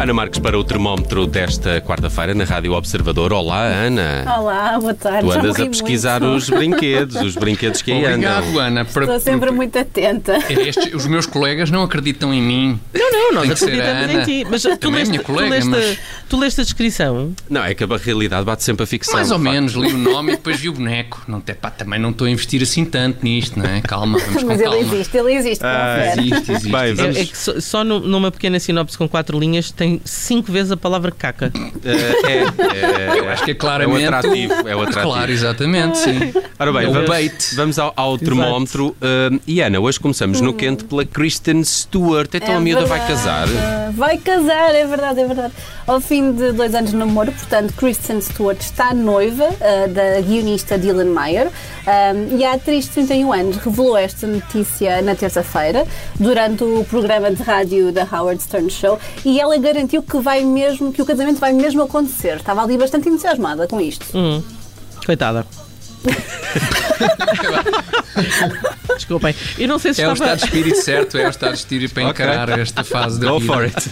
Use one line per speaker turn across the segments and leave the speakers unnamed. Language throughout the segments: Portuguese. Ana Marques para o termómetro desta quarta-feira na Rádio Observador. Olá, Ana.
Olá, boa tarde.
Tu
Já
andas
morri
a pesquisar
muito.
os brinquedos, os brinquedos que aí
Obrigado,
andam.
Ana. para-
Estou sempre muito atenta.
Estes- os meus colegas não acreditam em mim. Não, não,
Nós acreditamos em ti. Mas tu
Também é
leste,
minha colega,
tu, leste,
mas-
tu leste a descrição.
Não, é que a realidade bate sempre a ficção.
Mais ou
de facto.
menos, li o nome e depois vi o boneco. Não, te- pá, também não estou a investir assim tanto nisto, não é? Calma, vamos com
Mas ele
calma.
existe, ele existe,
Ah,
confere.
Existe, existe.
Bem,
existe.
vamos-
É, é que só, só nu- numa pequena sinopse com quatro linhas tem cinco vezes a palavra caca.
É, é,
Eu acho que é
o
claramente.
atrativo. É o atrativo.
Claro, exatamente, sim.
Ora bem,
É um
vamos,
bait.
vamos ao, ao termómetro. Hum, e Ana, hoje começamos no quente pela Kristen Stewart. Então
É
a miúda vai casar.
verdade. Vai casar, é verdade, é verdade. Ao fim de dois anos de namoro, portanto, Kristen Stewart está noiva ah, da guionista Dylan Meyer ah, e a atriz de 31 anos revelou esta notícia na terça-feira durante o programa de rádio da Howard Stern Show e ela garantiu que vai mesmo, que o casamento vai mesmo acontecer. Estava ali bastante entusiasmada com isto.
Hum. Coitada. Desculpem. Eu não sei se
É o
estava.
estado de espírito certo, é o estado de espírito para
Ok.
encarar esta fase da
Go
vida.
for it.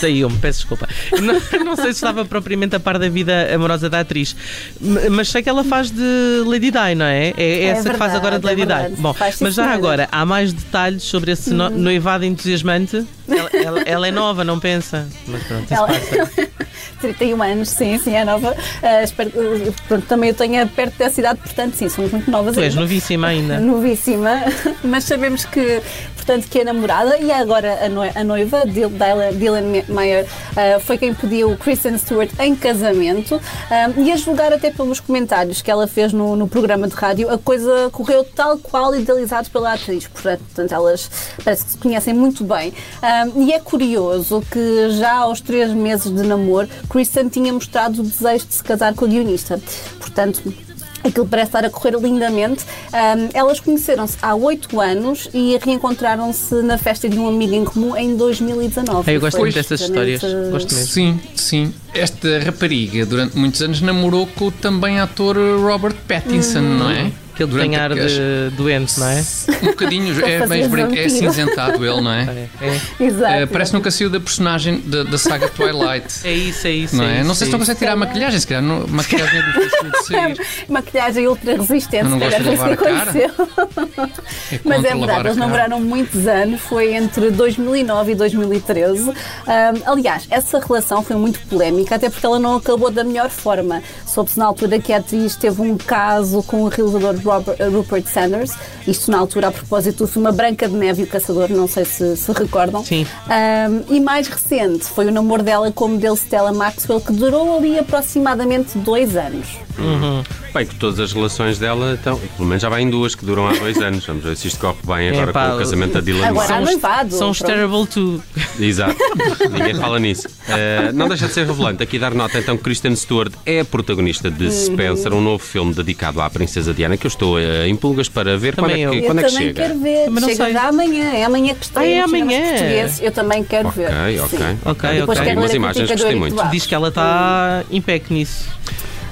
Saiu-me, peço desculpa. Não, não sei se estava propriamente a par da vida amorosa da atriz, M- mas sei que ela faz de Lady Di, não é? É, essa que faz
verdade,
agora de
é
Lady
verdade. Uhum.
Di. Bom,
Faz, sim,
mas já
senhora.
agora, há mais detalhes sobre esse no- noivado entusiasmante? Ela, ela- ela é nova, não pensa? Mas pronto, isso
Ela-
passa.
31 anos, sim, sim, é nova. Ah, espero que- pronto, também eu tenho perto dessa idade, portanto, sim, somos muito novas.
Tu és
ainda.
novíssima ainda.
Novíssima, mas sabemos que, portanto, que a namorada e agora a, noi- a noiva, Dil- Dylan, Dylan Meyer, ah, foi quem pediu Kristen Stewart em casamento Ah, e a julgar até pelos comentários que ela fez no, no programa de rádio, a coisa correu tal qual idealizado pela atriz, portanto, elas parece que se conhecem muito bem. Ah, e é curioso que já aos três meses de namoro, Kristen tinha mostrado o desejo de se casar com o guionista, portanto aquilo parece estar a correr lindamente. Ahm, elas conheceram-se há oito anos e reencontraram-se na festa de um amigo em comum em 2019.
Eu gosto
Foi
muito dessas histórias.
justamente-
Gosto mesmo.
Sim, sim. Esta rapariga durante muitos anos namorou com o também ator Robert Pattinson,
Uhum.
não é?
Que ele
Durante
tem ar
as-
de doente, não é?
Um bocadinho, é,
Para fazer
mais branco, é
vampiro.
cinzentado ele, não é?
É,
Exato.
Eh, parece que nunca saiu da personagem da, da saga Twilight.
é isso, é isso.
Não,
é
é?
isso,
não sei se estão
é isso.
consegue tirar a maquilhagem, se calhar não, maquilhagem é difícil de sair.
Maquilhagem ultra resistente,
Eu não
se
gosto
calhar
de
foi isso que
lavar a cara.
aconteceu.
É
Mas é
contra lavar
verdade,
a
eles
cara.
namoraram muitos anos, foi entre 2009 e 2013. Ahm, aliás, essa relação foi muito polémica, até porque ela não acabou da melhor forma. Soube-se na altura que a atriz teve um caso com o realizador Robert- eh, Rupert Sanders, isto na altura a propósito do filme A Branca de Neve e o Caçador, não sei se, se recordam.
Sim.
Ahm, e mais recente foi o namoro dela com o modelo Stella Maxwell, que durou ali aproximadamente dois anos.
Bem, que todas as relações dela, então, pelo menos já vai em duas que duram há dois anos. Vamos ver se isto corre bem agora
É, pá,
com o casamento da Dylan
Agora
Moore.
há
São os-
noivado,
São os
pronto.
terrible too.
Exato, ninguém fala nisso. Uh, não deixa de ser revelante. Aqui dar nota, então, que Kristen Stewart é a protagonista de Spencer, um novo filme dedicado à Princesa Diana, que eu estou eh, em pulgas para ver quando é
Também
que,
eu.
quando é
eu
que
também
chega.
quero ver.
Também não
Chega
sei.
já amanhã. É amanhã que está
Ah, é amanhã.
Eu também quero
Ok,
ver.
ok.
Sim.
Ok,
ok.
ok.
Depois
Vi
quero
umas
ver a
imagens,
crítica do
gostei
Eric
muito.
Duarte.
Diz que ela está em pé nisso.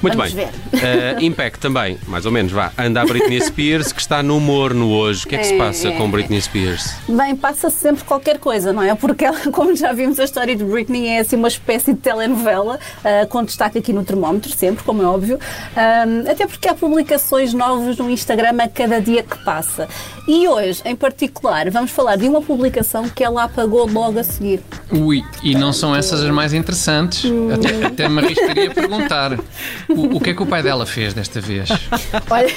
Muito
Vamos
bem.
ver.
Eh, Impact também, mais ou menos, vá. Anda a Britney Spears, que está no morno hoje. O que é que se
É,
passa
é,
com
é.
Britney Spears?
Bem, passa sempre qualquer coisa, não é? Porque ela, como já vimos, a história de Britney é assim uma espécie de telenovela, ah, com destaque aqui no termómetro, sempre, como é óbvio. Ahm, até porque há publicações novas no Instagram a cada dia que passa. E hoje, em particular, vamos falar de uma publicação que ela apagou logo a seguir.
Ui, e não são essas as mais interessantes.
Hum.
Até, até me arriscaria a perguntar o, o que é que o pai dela fez desta vez.
Olha,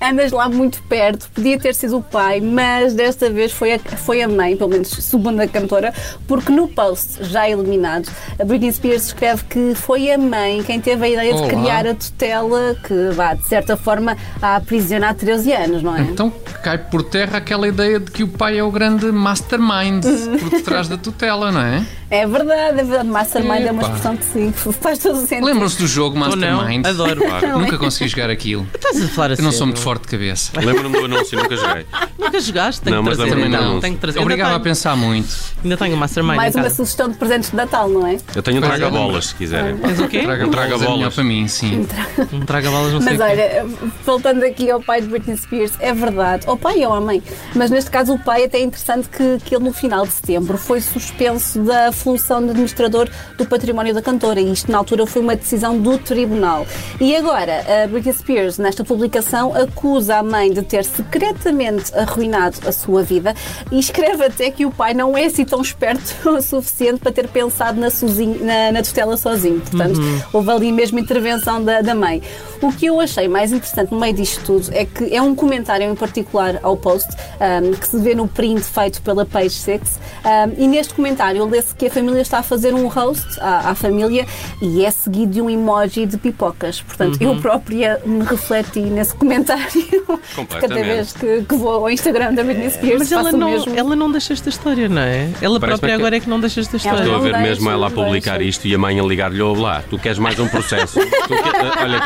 andas lá muito perto, podia ter sido o pai, mas desta vez foi a, foi a mãe, pelo menos segundo a cantora, porque no post, já eliminado, a Britney Spears escreve que foi a mãe quem teve a ideia
Olá.
de criar a tutela que, vá, de certa forma, a aprisiona há 13 anos, não é?
Então cai por terra aquela ideia de que o pai é o grande mastermind por detrás da tutela, não é?
É verdade, é verdade. Mastermind é uma
Epá.
expressão que sim, que faz todo o sentido.
Lembram-se do jogo
Ou não?
Mastermind?
Adoro.
Nunca consegui jogar aquilo.
Estás a falar assim.
Eu não sou muito forte de cabeça.
Lembro-me do anúncio, nunca joguei.
Nunca jogaste, tenho
Não,
que
mas
trazer.
lembro-me do
Não,
anúncio.
tenho que trazer.
Obrigado a
ainda, tenho,
pensar muito.
ainda tenho o Mastermind. então.
Mais
em
uma
casa.
sugestão de presentes de Natal, não é?
Eu tenho um
Pois é.
traga-bolas, se quiserem.
Tens o quê?
Traga,
traga
bolas. É melhor
bolas.
para mim, sim.
Um traga-balas, não sei.
Mas
o quê.
olha, voltando aqui ao pai de Britney Spears, é verdade, ao pai ou à mãe, mas neste caso o pai até é interessante que, que ele no final de setembro foi suspenso da função de administrador do património da cantora e isto na altura foi uma decisão do tribunal. E agora, a Britney Spears, nesta publicação, acusa a mãe de ter secretamente arruinado a sua vida e escreve até que o pai não é assim tão esperto o suficiente para ter pensado na, sozinho, na, na tutela sozinho. Portanto,
Uhum.
houve ali mesmo intervenção da, da mãe. O que eu achei mais interessante no meio disto tudo é que é um comentário em particular ao post ahm, que se vê no print feito pela Page Six ahm, e neste comentário lê-se que a família está a fazer um roast à, à família e é seguido de um emoji de pipocas. Portanto,
Uhum.
eu própria me refleti nesse comentário cada
Completamente. É.
vez que, que vou ao Instagram da Britney Spears
Mas
faço
ela
o
não,
mesmo.
ela não deixa esta história, não é?
Parece-me
Ela própria
que-
agora é que não deixa esta história.
Estou a ver
Não
mesmo
deixa,
ela a
não
publicar
deixa.
isto e a mãe a ligar-lhe, ouve lá, tu queres mais um processo. Tu que- olha,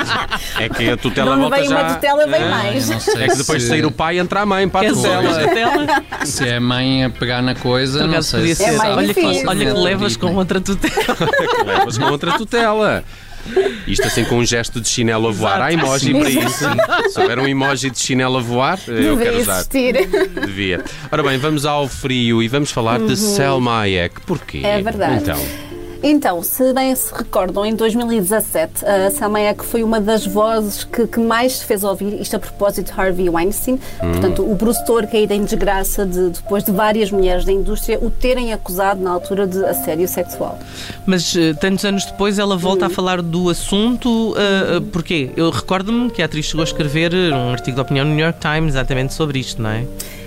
é que a tutela
Não
volta
vem
já.
uma tutela, vem
É.
mais.
Eu não sei
É que depois de
se-
sair o pai entra a mãe para a
Quer dizer,
tutela.
a tutela?
Se é a mãe a pegar na coisa,
Por
não
acaso
sei
podia
se
ser.
É mais
olha, que,
difícil.
olha
é
que levas com outra tutela.
que levas com outra tutela. Isto assim com um gesto de chinelo a voar. Há emoji
Sim,
para
sim,
isso. Se houver um emoji de chinelo a voar, eh, eu
Devia
quero usar.
existir.
Devia. Ora bem, vamos ao frio e vamos falar de Selma Hayek. Porquê?
Uhum. É verdade.
Então,
Então, se bem se recordam, em 2017, a Salma Hayek foi uma das vozes que, que mais se fez ouvir, isto a propósito de Harvey Weinstein, portanto, o produtor caído em desgraça de- depois de várias mulheres da indústria o terem acusado na altura de assédio sexual.
Mas eh, tantos anos depois ela volta a
Uhum.
falar do assunto. eh, eh, porquê? Eu recordo-me que a atriz chegou a escrever eh, um artigo de opinião no New York Times exatamente sobre isto, não é?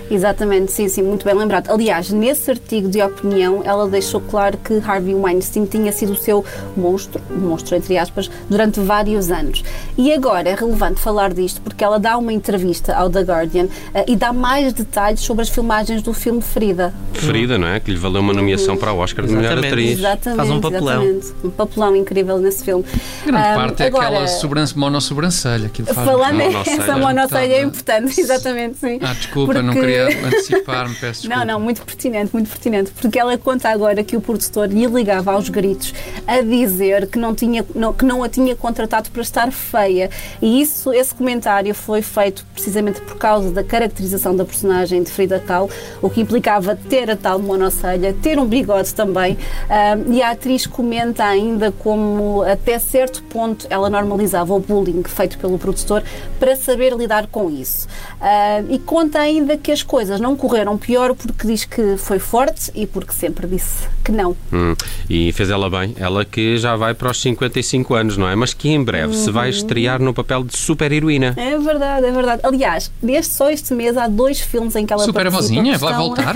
Exatamente, sim, sim, muito bem lembrado. Aliás, nesse artigo de opinião, ela deixou claro que Harvey Weinstein tinha sido o seu monstro, monstro entre aspas, durante vários anos. E agora é relevante falar disto porque ela dá uma entrevista ao The Guardian eh, e dá mais detalhes sobre as filmagens do filme Ferida.
ferida, não é? Que lhe valeu uma nomeação para o Oscar de melhor
Exatamente.
atriz.
Exatamente,
Faz um papelão.
exatamente. Um papelão incrível nesse filme.
Grande
Ahm,
parte é
Ah, agora,
aquela sobran- monossobrancelha. aquilo faz-
Falando
Não, não sei,
essa
não.
monocelha é
Tá.
importante, exatamente, sim.
Ah, desculpa, não
Porque-
queria antecipar-me, peço desculpa.
Não, não, muito pertinente, muito pertinente, porque ela conta agora que o produtor lhe ligava aos gritos a dizer que não, tinha, não- que não a tinha contratado para estar feia. E isso, esse comentário foi feito precisamente por causa da caracterização da personagem de Frida Kahlo, o que implicava ter a tal monocelha, ter um bigode também. ah, e a atriz comenta ainda como, até certo ponto, ela normalizava o bullying feito pelo produtor para saber lidar com isso. Ah, e conta ainda que as coisas não correram pior porque diz que foi forte e porque sempre disse que não.
Hum, E fez ela bem, ela que já vai para os 55 anos, não é? Mas que em breve se vai estrear no papel de super-heroína.
É verdade, é verdade. Aliás, desde só este mês há dois filmes em que ela
Super
participa
vozinha,
que
vai
estão-
voltar?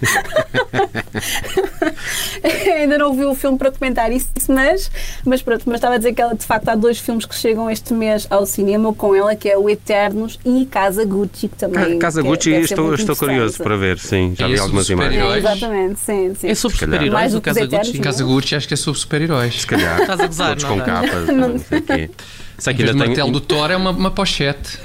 Ainda não vi o filme para comentar isso, mas, mas pronto, mas estava a dizer que ela de facto há dois filmes que chegam este mês ao cinema com ela, que é o Eternos e Casa Gucci, que também.
Ca- Ah, Casa
que é-
Gucci,
deve ser
estou,
muito
estou curioso
interessante.
para ver, sim. Já
É
vi
esse
algumas
o super-herói?
imagens.
É, exatamente, sim, sim.
É sobre
Se calhar.
super-heróis
Mais
do
do que os eternos,
Casaguchi.
não é?
Casaguchi, acho que é sobre super-heróis.
Se calhar.
Estás a gozar,
Todos com
não dá?
capas. não sei o quê. Sei
Em
que
vez do
ainda
martelo do
tenho, um-
Thor é uma, uma pochete.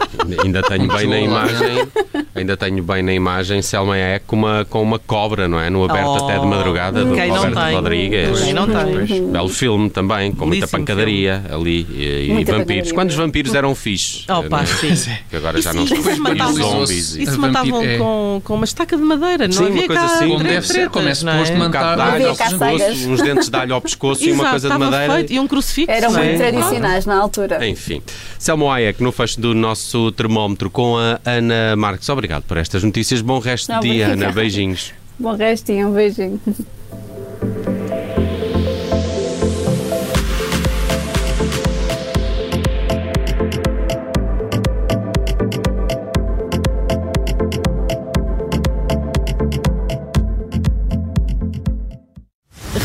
ainda tenho
Um
bem na
tijolo, não é?
imagem, ainda tenho bem na imagem Selma é com uma, com uma cobra, não é? No aberto
Oh,
até de madrugada do
quem não
Roberto
tem?
Rodrigues.
Quem não tem?
Pois, Belo filme também, com muita
Belíssimo
pancadaria ali e, e
Muita
vampiros.
pancadaria.
Quantos vampiros eram fixes?
Oh, pá,
né?
sim.
Que agora já não
Isso- isso
e
matava-
zombies. e-
E se
Vampiro-
matavam
é.
com, com uma estaca de madeira, não
Sim, uma
havia
coisa
cá
assim.
Como
tre-
deve ser, como é
tretas, não
suposto
é?
Um bocado de
manter.
alho ao
Havia
pescoço,
caçangas.
uns dentes de alho ao pescoço e uma
Exato,
coisa de
estava
madeira.
feito, e um crucifixo.
Eram
não é?
muito tradicionais na altura.
Enfim, Selma Hayek, no fecho do nosso termómetro com a Ana Marques. Obrigado por estas notícias. Bom resto de dia,
Obrigada.
Ana. Beijinhos.
Bom restinho, um beijinho.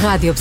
Rádio